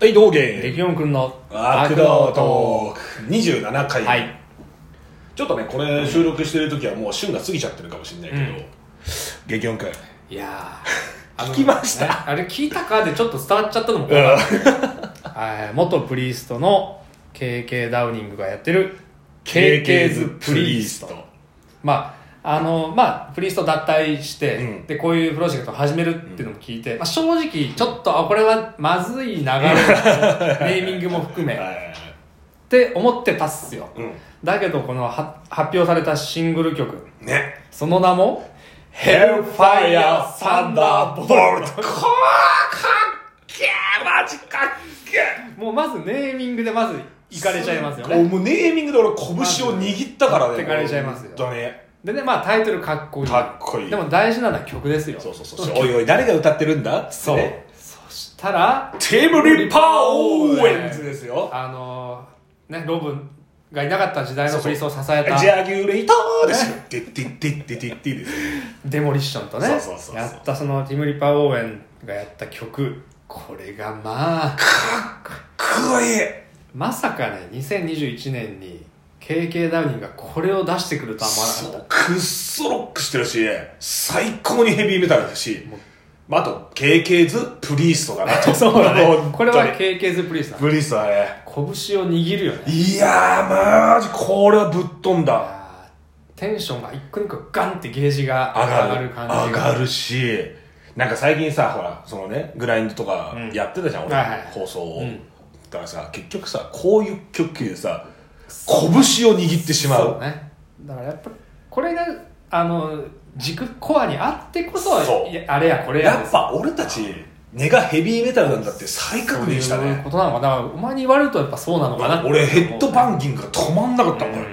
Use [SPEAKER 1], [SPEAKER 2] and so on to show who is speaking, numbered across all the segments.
[SPEAKER 1] はい、道
[SPEAKER 2] デ
[SPEAKER 1] 芸。
[SPEAKER 2] ピオン君の
[SPEAKER 1] アクドートーク。27回。
[SPEAKER 2] はい
[SPEAKER 1] ちょっとね、これ収録してる時はもう旬が過ぎちゃってるかもしれないけど、激音くん。
[SPEAKER 2] いや ーあの
[SPEAKER 1] 聞きました
[SPEAKER 2] ねあれ聞いたかでちょっと伝わっちゃったのも怖かったはい元プリーストの KK ダウニングがやってる
[SPEAKER 1] KK's プリースト。
[SPEAKER 2] まああのまあプリースト脱退して、
[SPEAKER 1] うん
[SPEAKER 2] でこういうプロジェクトを始めるっていうのも聞いて、まあ、正直ちょっとあこれはまずい流 れだなネーミングも含めっ
[SPEAKER 1] はい
[SPEAKER 2] て思ってたっすよ、
[SPEAKER 1] う
[SPEAKER 2] だけどこのは発表されたシングル曲
[SPEAKER 1] ん。ね。
[SPEAKER 2] その名も「ヘルファイア ーサンダーボル
[SPEAKER 1] ルト。こーかっけーマジかっけー」
[SPEAKER 2] もうまずネーミングでまずいかれちゃいますよ
[SPEAKER 1] お
[SPEAKER 2] ね
[SPEAKER 1] もうネーミングで俺拳を握ったからね。
[SPEAKER 2] 持ってかれちゃいますよ
[SPEAKER 1] だね。
[SPEAKER 2] でねまあタイトルかっこいい
[SPEAKER 1] かっこいい
[SPEAKER 2] でも大事なのは曲ですよ
[SPEAKER 1] そうそうそう。おいおい、誰が歌ってるんだ
[SPEAKER 2] そう
[SPEAKER 1] ね
[SPEAKER 2] そしたら
[SPEAKER 1] テーブリパーオーウェンズですよ。
[SPEAKER 2] あのーねロブがいなかった時代のフリースを支えた
[SPEAKER 1] ジャギュレイトーですよ。てってってってってってですよ。
[SPEAKER 2] デモリッションとね
[SPEAKER 1] そうそうそうそう
[SPEAKER 2] やったそのティム・リパー・オーエンがやった曲これがまあ
[SPEAKER 1] かっこいい
[SPEAKER 2] まさかね2021年に KK ダウニングがこれを出してくるとは思わなかっ
[SPEAKER 1] そ
[SPEAKER 2] た
[SPEAKER 1] うくっそロックしてるし、最高にヘビーメタルだし、まあ、あと、KK ズ・プリーストかな と。
[SPEAKER 2] そうだね。これは
[SPEAKER 1] 本当に
[SPEAKER 2] KK's プリースだ。
[SPEAKER 1] プリーストだね。
[SPEAKER 2] 拳を握るよね。
[SPEAKER 1] いやー、マジ、これはぶっ飛んだ。
[SPEAKER 2] あーテンションが一個一個ガンってゲージが
[SPEAKER 1] 上が
[SPEAKER 2] 上が
[SPEAKER 1] る。
[SPEAKER 2] る
[SPEAKER 1] 上
[SPEAKER 2] 感
[SPEAKER 1] が
[SPEAKER 2] じ
[SPEAKER 1] る
[SPEAKER 2] が。
[SPEAKER 1] し、なんか最近さ、ほら、そのね、グラインドとか
[SPEAKER 2] ん
[SPEAKER 1] やってたじゃん、俺、
[SPEAKER 2] はいはい
[SPEAKER 1] 放送を、
[SPEAKER 2] うん
[SPEAKER 1] だからさ、結局さ、こういう曲でさ、拳を握ってしま
[SPEAKER 2] そう
[SPEAKER 1] う。
[SPEAKER 2] ね。だからやっぱ、これが、あの、軸コアにあってこそ、
[SPEAKER 1] そう
[SPEAKER 2] いやあれやこれや
[SPEAKER 1] や
[SPEAKER 2] で
[SPEAKER 1] っ
[SPEAKER 2] す。
[SPEAKER 1] ぱ俺たち、根がヘビーメタルなんだって再確認した
[SPEAKER 2] そういう
[SPEAKER 1] ね。
[SPEAKER 2] ことなのかな。だからお前に言われるとやっぱそうなのかなって
[SPEAKER 1] 俺ヘッド
[SPEAKER 2] ン
[SPEAKER 1] バンギングが止まんなかったもん、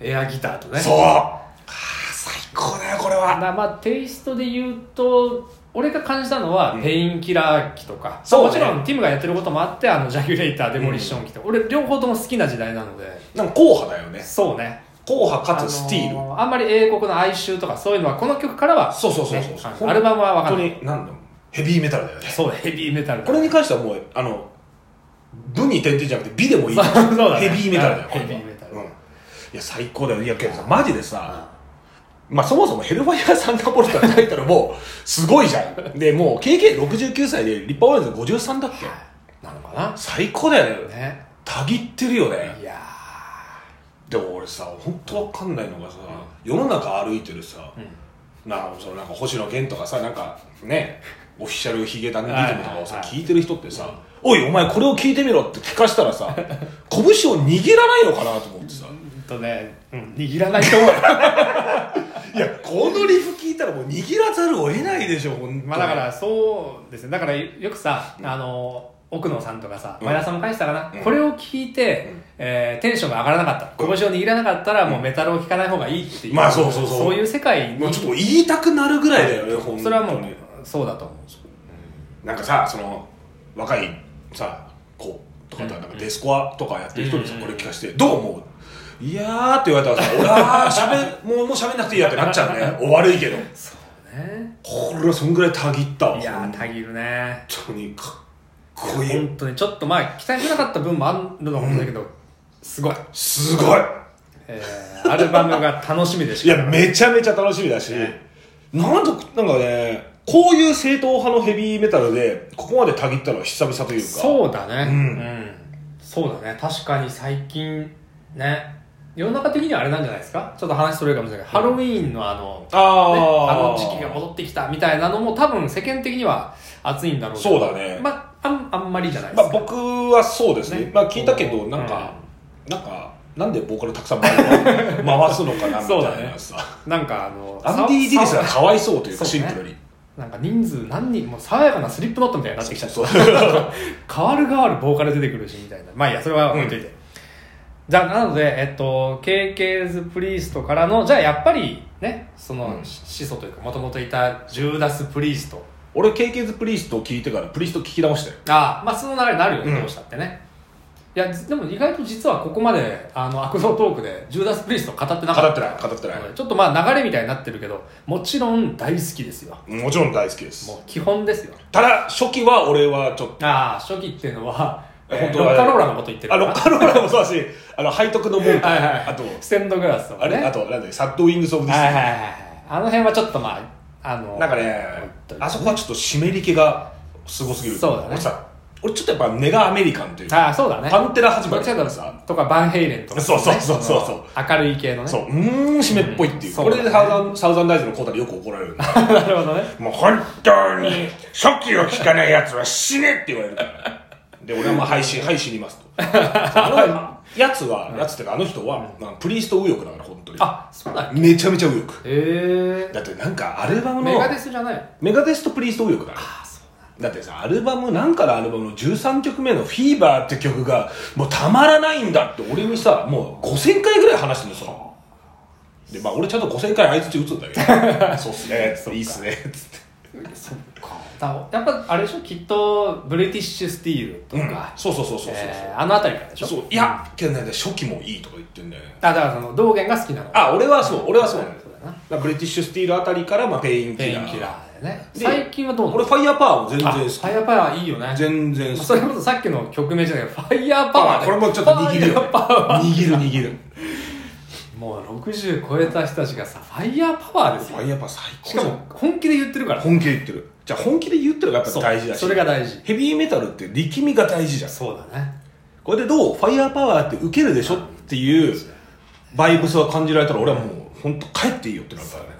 [SPEAKER 2] エアギターとね。
[SPEAKER 1] そうあー最高だよこれ
[SPEAKER 2] だか
[SPEAKER 1] は
[SPEAKER 2] らまあテイストで言うと俺が感じたのは、
[SPEAKER 1] うん
[SPEAKER 2] ペインキラー機とか
[SPEAKER 1] そうね
[SPEAKER 2] もちろんティムがやってることもあってあのジャギュレーターデモリッション機とか、俺両方とも好きな時代なので
[SPEAKER 1] なんか硬派だよね
[SPEAKER 2] そうね
[SPEAKER 1] 硬派かつスティール、
[SPEAKER 2] あのーあんまり英国の哀愁とかそういうのはこの曲からは
[SPEAKER 1] そうそうそうそうそう
[SPEAKER 2] ねあのアルバムは分か
[SPEAKER 1] 本
[SPEAKER 2] ん
[SPEAKER 1] 当
[SPEAKER 2] ない
[SPEAKER 1] になんだろうヘビーメタルだよね
[SPEAKER 2] そうヘビーメタルだ
[SPEAKER 1] これに関してはもうあの文に点々じゃなくて美でもいい
[SPEAKER 2] そうそうだね
[SPEAKER 1] ヘビーメタルだよ
[SPEAKER 2] ヘビー
[SPEAKER 1] これは
[SPEAKER 2] メタル
[SPEAKER 1] うん、いや最高だよいやけどさマジでさ、まあそもそもヘルファイアーサンダーボルトのタイトルもすごいじゃん。で、もう KK69 歳で立派オーレンズ53だっけ
[SPEAKER 2] なのか
[SPEAKER 1] 最高だよね。
[SPEAKER 2] なね
[SPEAKER 1] たぎってるよね。
[SPEAKER 2] いや
[SPEAKER 1] でも俺さ本当わかんないのがさ、世の中歩いてるさ、なそのなんか星野源とかさなんかねオフィシャルヒゲダンディズムとかをさ
[SPEAKER 2] はいはいはい
[SPEAKER 1] 聞いてる人ってさ「おいお前これを聞いてみろ」って聞かしたらさ拳を握らないのかなと思ってさ
[SPEAKER 2] ーほんとね、うん、握らないと思う
[SPEAKER 1] いやこのリフ聞いたらもう握らざるを得ないでしょほんと
[SPEAKER 2] まあだからそうですねだからよくさあのー奥野さんとかさ
[SPEAKER 1] うん
[SPEAKER 2] 前田さんも返したかな、
[SPEAKER 1] うん
[SPEAKER 2] これを聞いて、
[SPEAKER 1] うん
[SPEAKER 2] えーテンションが上がらなかった拳を握らなかったらもうメタルを聴かない方がいいっていう、
[SPEAKER 1] まあそうそうそう
[SPEAKER 2] そういう世界
[SPEAKER 1] もう
[SPEAKER 2] に
[SPEAKER 1] ちょっと言いたくなるぐらいだよね本当に
[SPEAKER 2] それはもうそうだと思う
[SPEAKER 1] なんかさその若いさ子とかとなんかデスコアとかやってる人にさ
[SPEAKER 2] うん
[SPEAKER 1] これ聞かせて「どう思う?」「いやー」って言われたらさ「俺はしゃべもうもうしゃべんなくていいや」ってなっちゃう ねお悪いけど
[SPEAKER 2] そうね
[SPEAKER 1] これはそんぐらいたぎったわ
[SPEAKER 2] いやーたぎるね
[SPEAKER 1] 本当にかっこいい
[SPEAKER 2] 本当にちょっとまあ期待しなかった分もあるのかもだけど、すごい、
[SPEAKER 1] すごい
[SPEAKER 2] えーアルバムが楽しみでし
[SPEAKER 1] い
[SPEAKER 2] か
[SPEAKER 1] や
[SPEAKER 2] ない
[SPEAKER 1] めちゃめちゃ楽しみだしなんとなんかねこういう正統派のヘビーメタルでここまでたぎったのは久々というか
[SPEAKER 2] そうだね
[SPEAKER 1] うん
[SPEAKER 2] そうだね確かに最近ね世の中的にはあれなんじゃないですかちょっと話それるかもしれないけど、ハロウィーンのあの、
[SPEAKER 1] ああ
[SPEAKER 2] ね、あ
[SPEAKER 1] ー
[SPEAKER 2] の時期が戻ってきたみたいなのも多分世間的には熱いんだろうけ
[SPEAKER 1] そ
[SPEAKER 2] ど
[SPEAKER 1] うだね
[SPEAKER 2] まああんあんまりじゃないで
[SPEAKER 1] ますあ、
[SPEAKER 2] か、
[SPEAKER 1] 僕はそうですね
[SPEAKER 2] ね
[SPEAKER 1] まあ、聞いたけどなんか、なんかなんでボーカルたくさん回るの回すのかなみ
[SPEAKER 2] そう
[SPEAKER 1] た
[SPEAKER 2] だ
[SPEAKER 1] いな
[SPEAKER 2] ね
[SPEAKER 1] さ、
[SPEAKER 2] なんかあの
[SPEAKER 1] アンディ・ディリスがかわいそうというか
[SPEAKER 2] そう
[SPEAKER 1] シン
[SPEAKER 2] ね
[SPEAKER 1] プルに
[SPEAKER 2] なんか人数何人もう爽やかなスリップノットみたいになってきちゃった
[SPEAKER 1] そう
[SPEAKER 2] 変わる変わるボーカル出てくるしみたいなまあいいやそれは置いといて、じゃあなのでえっと KK's プリーストからのじゃあやっぱりねその
[SPEAKER 1] うん
[SPEAKER 2] 始祖というかもともといたジューダス・プリースト
[SPEAKER 1] 俺 KK's プリーストを聞いてからプリースト聞き直したよ
[SPEAKER 2] ああまあその流れになるよね、
[SPEAKER 1] うん
[SPEAKER 2] どうしたってねいやでも意外と実はここまであの悪道トークでジューダス・プリースト語ってな
[SPEAKER 1] 語
[SPEAKER 2] かっ
[SPEAKER 1] って
[SPEAKER 2] た
[SPEAKER 1] ない語ってない、
[SPEAKER 2] ちょっとまあ流れみたいになってるけどもちろん大好きですよ
[SPEAKER 1] もちろん大好きです
[SPEAKER 2] もう基本ですよ
[SPEAKER 1] ただ初期は俺はちょっと
[SPEAKER 2] ああ初期っていうのはえー
[SPEAKER 1] 本当
[SPEAKER 2] ロ
[SPEAKER 1] は
[SPEAKER 2] ッカローラのこと言ってる
[SPEAKER 1] あロッカローラもそうだしあの背徳の門と
[SPEAKER 2] はいはい
[SPEAKER 1] あと
[SPEAKER 2] ステンドグラスとか
[SPEAKER 1] あ
[SPEAKER 2] ね
[SPEAKER 1] れあとなんだっけサッドウィングス・オブ・ディ
[SPEAKER 2] はい
[SPEAKER 1] ス
[SPEAKER 2] はいはいはいあの辺はちょっとまああの
[SPEAKER 1] なんかねあそこはちょっと湿り気がすごすぎる
[SPEAKER 2] そうだね
[SPEAKER 1] 俺さ俺ちょっとやっぱ根がアメリカンというか
[SPEAKER 2] ああそうだね
[SPEAKER 1] パンテラ始ま
[SPEAKER 2] どっ
[SPEAKER 1] り
[SPEAKER 2] ちか
[SPEAKER 1] だ
[SPEAKER 2] と
[SPEAKER 1] ら
[SPEAKER 2] いう
[SPEAKER 1] さ
[SPEAKER 2] ととかバンヘイレンとか、
[SPEAKER 1] そうそうそうそうそう
[SPEAKER 2] あの明るい系のね
[SPEAKER 1] そううーん湿っぽいっていう、
[SPEAKER 2] うんそう
[SPEAKER 1] こ
[SPEAKER 2] だ
[SPEAKER 1] れ
[SPEAKER 2] ね
[SPEAKER 1] でサウザンサウザンダイズのコータによく怒られるんだ
[SPEAKER 2] なるほど ね
[SPEAKER 1] もう本当に初期を聞かないやつは死ねって言われるからで俺はまあ配信はい死にます とあのやつは、やつっていうかあの人は、まあプリースト右翼だから本当に
[SPEAKER 2] あそうだっけ
[SPEAKER 1] めちゃめちゃ右翼
[SPEAKER 2] ええ
[SPEAKER 1] だってなんかアルバムの
[SPEAKER 2] メガデスじゃない
[SPEAKER 1] メガデスとプリースト右翼だから
[SPEAKER 2] あそう
[SPEAKER 1] だってさアルバムなんかのアルバムの13曲目の「フィーバーって曲がもうたまらないんだって俺にさもう5000回ぐらい話してるのそのでまあ俺ちゃんと5000回あいつち打つんだけ どそうっすねいいっすねつって
[SPEAKER 2] そっかだやっぱあれでしょきっとブリティッシュスティールと
[SPEAKER 1] うん
[SPEAKER 2] か、
[SPEAKER 1] そうそうそうそうそう、
[SPEAKER 2] えーあの辺りからでしょ
[SPEAKER 1] そういやけどね初期もいいとか言ってんだよね
[SPEAKER 2] あだからその道元が好きなの
[SPEAKER 1] あ俺はそう俺はそうなんだよ
[SPEAKER 2] そうだ
[SPEAKER 1] だ
[SPEAKER 2] な
[SPEAKER 1] からブリティッシュスティールあたりから、まあ、ペインキ
[SPEAKER 2] ペ
[SPEAKER 1] ラ
[SPEAKER 2] イ
[SPEAKER 1] ー
[SPEAKER 2] ンキラーでね
[SPEAKER 1] で
[SPEAKER 2] 最近はどうなの
[SPEAKER 1] 俺ファイヤーパワーも全然
[SPEAKER 2] あ
[SPEAKER 1] 好き
[SPEAKER 2] ファイヤーパワーいいよね
[SPEAKER 1] 全然好き
[SPEAKER 2] それこそさっきの曲名じゃないけどファイヤーパワーね
[SPEAKER 1] これもちょっと握るよ、ね
[SPEAKER 2] ファイヤー、パワー
[SPEAKER 1] 握る握る
[SPEAKER 2] もう60超えた人たちがさファイヤーパワーです
[SPEAKER 1] フ
[SPEAKER 2] よ
[SPEAKER 1] ァイヤーパワー最高
[SPEAKER 2] しかも本気で言ってるから
[SPEAKER 1] 本気で言ってるじゃあ本気で言ってるのがやっぱ大事だし
[SPEAKER 2] そうそれが大事
[SPEAKER 1] ヘビーメタルって力みが大事じゃん
[SPEAKER 2] そうだね
[SPEAKER 1] これでどうファイヤーパワーって受けるでしょっていうバイブスが感じられたら俺はもう本当帰っていいよってなるからね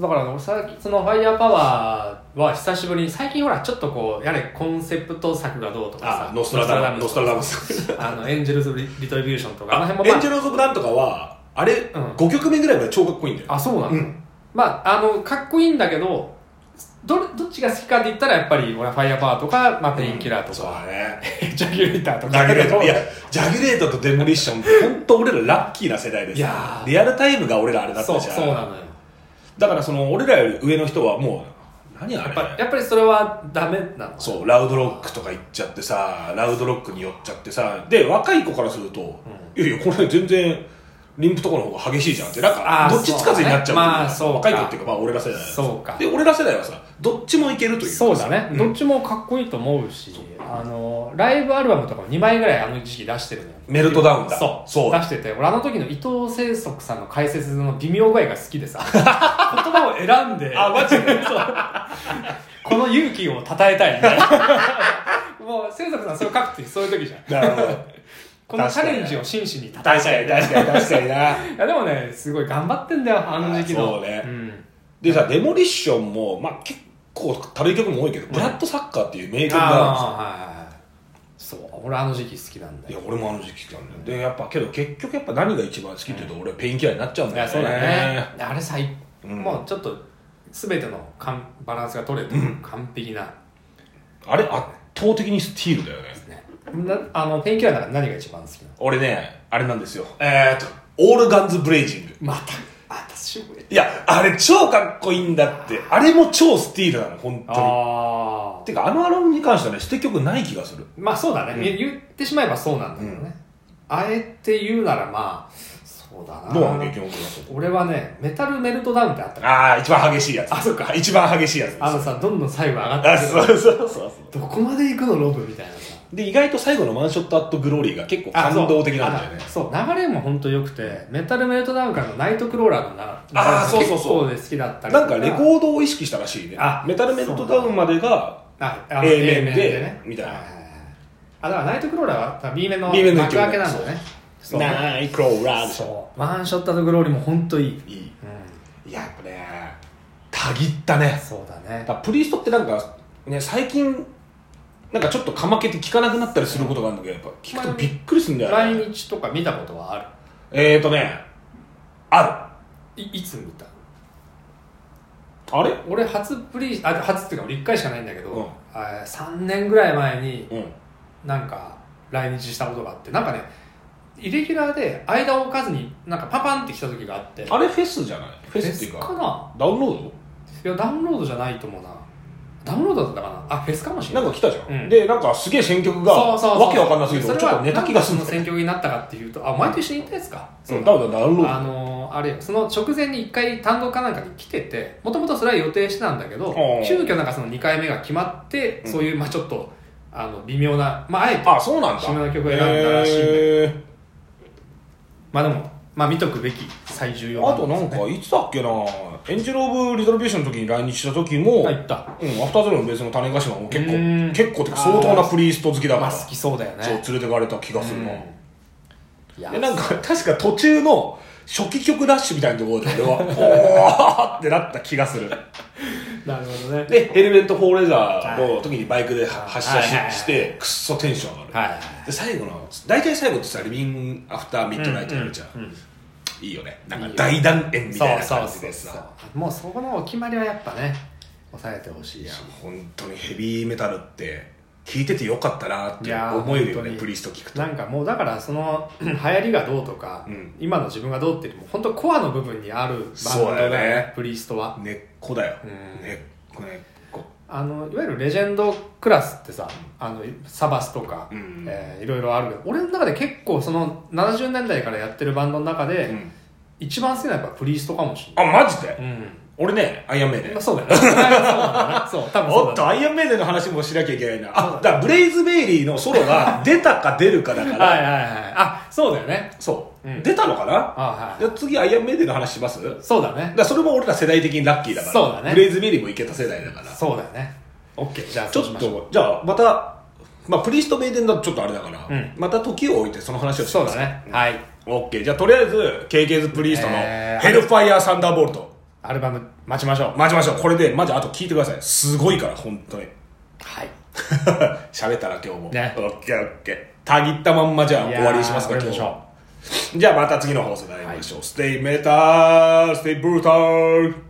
[SPEAKER 2] だから俺さそのファイヤーパワーは久しぶりに最近ほらちょっとこうやれコンセプト作がどうとかさ
[SPEAKER 1] あノストラダム
[SPEAKER 2] ノ
[SPEAKER 1] ノ
[SPEAKER 2] ス
[SPEAKER 1] ス
[SPEAKER 2] ト
[SPEAKER 1] トラ
[SPEAKER 2] ラダ
[SPEAKER 1] ダ
[SPEAKER 2] ム
[SPEAKER 1] ム
[SPEAKER 2] ス
[SPEAKER 1] ス
[SPEAKER 2] あのエンジェルズ・リトリビューションとかあの
[SPEAKER 1] あ
[SPEAKER 2] 辺
[SPEAKER 1] エ
[SPEAKER 2] も
[SPEAKER 1] ン
[SPEAKER 2] ま
[SPEAKER 1] ジェルズ・オブ・なんとかはあれ、
[SPEAKER 2] ん
[SPEAKER 1] 5曲目ぐらいまで超かっこいいんだよ
[SPEAKER 2] ああそうなの、
[SPEAKER 1] うん
[SPEAKER 2] まああのかっこいいんだけどどれどっちが好きかって言ったらやっぱり俺はファイヤーパワーとか、まあ、ペインキラーと
[SPEAKER 1] そう
[SPEAKER 2] か、
[SPEAKER 1] だね
[SPEAKER 2] ジャギュレーターと
[SPEAKER 1] ジ
[SPEAKER 2] か
[SPEAKER 1] ャギュレ ートいやジャギュレートとデモリッションって本当俺らラッキーな世代です
[SPEAKER 2] いやー
[SPEAKER 1] リアルタイムが俺らあれだっ
[SPEAKER 2] そ
[SPEAKER 1] た
[SPEAKER 2] う
[SPEAKER 1] じゃん
[SPEAKER 2] そうなのよ
[SPEAKER 1] だからその俺らより上の人はもう何あれ
[SPEAKER 2] やっぱやっぱりそれはダメなの
[SPEAKER 1] そうラウドロックとか行っちゃってさラウドロックに寄っちゃってさで若い子からすると、いやいやこれ全然リンプとかの方が激しいじゃんってなんか
[SPEAKER 2] あー
[SPEAKER 1] どっちつかずになっちゃうんだよ
[SPEAKER 2] まあそうか
[SPEAKER 1] 若い子っていうかまあ俺ら世代だよ
[SPEAKER 2] そうか
[SPEAKER 1] で俺ら世代はさどっちもいけるというか
[SPEAKER 2] そうだね、
[SPEAKER 1] うん
[SPEAKER 2] どっちもかっこいいと思うしあのライブアルバムとかも2枚ぐらいあの時期出してるのよ
[SPEAKER 1] メルトダウンだ
[SPEAKER 2] そう
[SPEAKER 1] そう
[SPEAKER 2] 出してて俺あの時の伊藤清則さんの解説の微妙具合が好き でさ言葉を選んで
[SPEAKER 1] あマジで
[SPEAKER 2] この勇気を称えたいみたいなもう清則さんそれ書くってそういう時じゃん
[SPEAKER 1] なるほど
[SPEAKER 2] このチャレンジを真摯に称えたい
[SPEAKER 1] 確かに確かに確かに ない
[SPEAKER 2] やでもねすごい頑張ってんだよあの時期の
[SPEAKER 1] そうね
[SPEAKER 2] ん
[SPEAKER 1] でさデモリッションもまあ結構軽い曲も多いけど、ブラッドサッカーっていう名曲があるんですよ
[SPEAKER 2] あーはいはいはいそう俺あの時期好きなんだ
[SPEAKER 1] いや
[SPEAKER 2] よ
[SPEAKER 1] 俺もあの時期来たんだよでやっぱけど結局やっぱ何が一番好きっていうと俺ペインキラーになっちゃうん
[SPEAKER 2] い
[SPEAKER 1] だよ
[SPEAKER 2] やそうだねあれ最、
[SPEAKER 1] うん
[SPEAKER 2] もうちょっと全てのかんバランスが取れて完璧な、
[SPEAKER 1] あれ圧倒的にスティールだよね
[SPEAKER 2] ねなあのペンキラーなら何が一番好きなの
[SPEAKER 1] 俺ねあれなんですよえー、っとオールガンズブレイジング
[SPEAKER 2] また私も
[SPEAKER 1] いやあれ超かっこいいんだってあれも超スティールなの本当
[SPEAKER 2] ああ
[SPEAKER 1] にてかあのアルバムに関してはね捨て曲ない気がする
[SPEAKER 2] まあそうだね、
[SPEAKER 1] うん
[SPEAKER 2] 言言ってしまえばそうなんだけどね、あえて言うならまあそうだな
[SPEAKER 1] どうなの激音君はそこ
[SPEAKER 2] 俺はねメタルメルトダウンってあったから
[SPEAKER 1] ああ一番激しいやつ
[SPEAKER 2] あそっか
[SPEAKER 1] 一番激しいやつです
[SPEAKER 2] あのさどんどん最後上が
[SPEAKER 1] あ
[SPEAKER 2] ってく
[SPEAKER 1] そ
[SPEAKER 2] る
[SPEAKER 1] うそうそうそう
[SPEAKER 2] どこまで行くのロブみたいなさ
[SPEAKER 1] で意外と最後のワンショットアットグローリーが結構
[SPEAKER 2] あ
[SPEAKER 1] 感動的なんだよね
[SPEAKER 2] そうあそう流れも本当良くてメタルメルトダウンからのナイトクローラーのな
[SPEAKER 1] あーそうそうそう
[SPEAKER 2] 結構で好きだったりと
[SPEAKER 1] なんかレコードを意識したらしいね
[SPEAKER 2] あ
[SPEAKER 1] メタルメルトダウンまでが
[SPEAKER 2] ああ
[SPEAKER 1] A 面で
[SPEAKER 2] A
[SPEAKER 1] みたいな
[SPEAKER 2] はははあだからナイトクローラーは多分 B 面の
[SPEAKER 1] B 面の
[SPEAKER 2] 幕開けなんだねそう
[SPEAKER 1] ナイクローラーでしょ
[SPEAKER 2] そうワンショットとグローリーも本当いい、
[SPEAKER 1] いい
[SPEAKER 2] うん、
[SPEAKER 1] いややっぱねたぎったね
[SPEAKER 2] そうだね
[SPEAKER 1] だからプリストってなんかね最近なんかちょっとかまけて聞かなくなったりすることがあるんだけどやっぱ聞くとびっくりするんだよ、ね、
[SPEAKER 2] 来日とか見たことはあ
[SPEAKER 1] えーとねあ
[SPEAKER 2] るいいつ見た
[SPEAKER 1] るあれ
[SPEAKER 2] 俺初プリあ初っていうか俺1回しかないんだけど、
[SPEAKER 1] うん
[SPEAKER 2] あ3年ぐらい前に
[SPEAKER 1] うん
[SPEAKER 2] なんか来日したことがあってなんかねイレギュラーで間を置かずになんかパパンって来た時があって
[SPEAKER 1] あれフェスじゃないフェスっていうか
[SPEAKER 2] フェスかな
[SPEAKER 1] ダウンロー
[SPEAKER 2] いやダウンロードじゃないと思うなダウンロードだったかなあフェスかもしれ
[SPEAKER 1] ド
[SPEAKER 2] な
[SPEAKER 1] な
[SPEAKER 2] い
[SPEAKER 1] んか来たじゃん、
[SPEAKER 2] うん
[SPEAKER 1] でなんかすげえ選曲が
[SPEAKER 2] そうそうそう
[SPEAKER 1] わけわかんなすぎて
[SPEAKER 2] そ
[SPEAKER 1] 俺
[SPEAKER 2] れ
[SPEAKER 1] ちょっ
[SPEAKER 2] は
[SPEAKER 1] と寝た気がする
[SPEAKER 2] なんん
[SPEAKER 1] だ
[SPEAKER 2] で
[SPEAKER 1] よ
[SPEAKER 2] その選挙になったかっていうとあお前と一緒に行ったやつか
[SPEAKER 1] うんだからダウンロー
[SPEAKER 2] あのーあれよその直前に1回単独かなんかに来ててもともとそれは予定してたんだけ
[SPEAKER 1] お
[SPEAKER 2] ど
[SPEAKER 1] う
[SPEAKER 2] 急遽なんかその2回目が決まって
[SPEAKER 1] うん
[SPEAKER 2] そういうまあちょっとああの微妙なまああえて
[SPEAKER 1] あそうなんだ
[SPEAKER 2] 締めの曲を選んだらしいんだけど
[SPEAKER 1] へー
[SPEAKER 2] まあでもまあ見とくべき最重要
[SPEAKER 1] あとなんかいつだっけなエンジェル・オブ・リザルビューションの時に来日した時も、
[SPEAKER 2] あ行った
[SPEAKER 1] うん、アフターゼロのベースの種子島も結構
[SPEAKER 2] うん
[SPEAKER 1] 結構てか相当なプリースト好きだから、
[SPEAKER 2] まあ好きそうだよね
[SPEAKER 1] そう連れてかれた気がするな、
[SPEAKER 2] うんいや
[SPEAKER 1] でなんか確か途中の初期曲ラッシュみたいなところで俺は おーってなった気がする
[SPEAKER 2] なるほどね
[SPEAKER 1] でヘルメット・フォーレザーの時にバイクで発車し,、
[SPEAKER 2] はいはいはい
[SPEAKER 1] てくっそテンション上がる、
[SPEAKER 2] はいはい
[SPEAKER 1] で最後の大体最後ってさリビング・アフター・ミッドナイトやるじゃん、
[SPEAKER 2] うんうん
[SPEAKER 1] いいよねなんか大断円み
[SPEAKER 2] そう
[SPEAKER 1] たいな
[SPEAKER 2] そう
[SPEAKER 1] 感
[SPEAKER 2] そ
[SPEAKER 1] じ
[SPEAKER 2] う
[SPEAKER 1] で
[SPEAKER 2] そ
[SPEAKER 1] さ
[SPEAKER 2] うもうそこのお決まりはやっぱね抑えてほしいやん
[SPEAKER 1] 本当にヘビーメタルって聞いててよかったなっ
[SPEAKER 2] い
[SPEAKER 1] て
[SPEAKER 2] やー
[SPEAKER 1] 思えるよ
[SPEAKER 2] 本当
[SPEAKER 1] ね
[SPEAKER 2] に
[SPEAKER 1] プリスト聞くと
[SPEAKER 2] なんかもうだからその 流行りがどうとか、
[SPEAKER 1] うん
[SPEAKER 2] 今の自分がどうっていうよりも本当コアの部分にあるバンド
[SPEAKER 1] そうだ
[SPEAKER 2] だ
[SPEAKER 1] よね
[SPEAKER 2] プリーストは
[SPEAKER 1] 根っこだよ
[SPEAKER 2] うん
[SPEAKER 1] 根っこ根っこ
[SPEAKER 2] あのいわゆるレジェンドクラスってさあのサバスとか、
[SPEAKER 1] うん
[SPEAKER 2] えーいろいろあるけど俺の中で結構その70年代からやってるバンドの中で、
[SPEAKER 1] うん
[SPEAKER 2] 一番好きなのはやっぱプリーストかもしれない
[SPEAKER 1] あマジで
[SPEAKER 2] うん
[SPEAKER 1] 俺ねアイアンメイデン
[SPEAKER 2] まあ、そうだよねそうだねそう多分
[SPEAKER 1] お
[SPEAKER 2] そう
[SPEAKER 1] っと
[SPEAKER 2] だね
[SPEAKER 1] アイアンメイデンの話もしなきゃいけないな
[SPEAKER 2] そう
[SPEAKER 1] あ
[SPEAKER 2] だ
[SPEAKER 1] だからブレイズ・ベイリーのソロ が出たか出るかだか
[SPEAKER 2] はい
[SPEAKER 1] ら
[SPEAKER 2] はいはいあそうだよね
[SPEAKER 1] そう、
[SPEAKER 2] うん
[SPEAKER 1] 出たのかな
[SPEAKER 2] あ
[SPEAKER 1] じ
[SPEAKER 2] は
[SPEAKER 1] ゃあ次アイアンメイデンの話しますだ
[SPEAKER 2] い
[SPEAKER 1] か
[SPEAKER 2] そうだね
[SPEAKER 1] らそれも俺ら世代的にラッキーだから
[SPEAKER 2] そうだね
[SPEAKER 1] ブレイズ・ベイリーもいけた世代だから
[SPEAKER 2] そうだよね OK じゃあ
[SPEAKER 1] ち
[SPEAKER 2] そ
[SPEAKER 1] ょ
[SPEAKER 2] うし
[SPEAKER 1] っ
[SPEAKER 2] ましょう
[SPEAKER 1] とじゃあまたまあプリスト・メイデンだとちょっとあれだから、
[SPEAKER 2] うん
[SPEAKER 1] また時を置いてその話をし
[SPEAKER 2] そう
[SPEAKER 1] ます
[SPEAKER 2] だねはい
[SPEAKER 1] オッケーじゃあとりあえず KK's プリーストの
[SPEAKER 2] え
[SPEAKER 1] 「
[SPEAKER 2] ー
[SPEAKER 1] ヘルファイアーサンダーボルト
[SPEAKER 2] アルバム待ちましょう」
[SPEAKER 1] 待ちましょうこれでマジあと聞いてくださいすごいから本当に
[SPEAKER 2] はい
[SPEAKER 1] 喋ったら今日も、
[SPEAKER 2] ね
[SPEAKER 1] オッケーオッケーたぎったまんまじゃあ終わりにしますか
[SPEAKER 2] いや
[SPEAKER 1] 今
[SPEAKER 2] ー
[SPEAKER 1] 日
[SPEAKER 2] 終わりま
[SPEAKER 1] じゃあまた次の放送で会いましょう、ステイメタルステイブルタル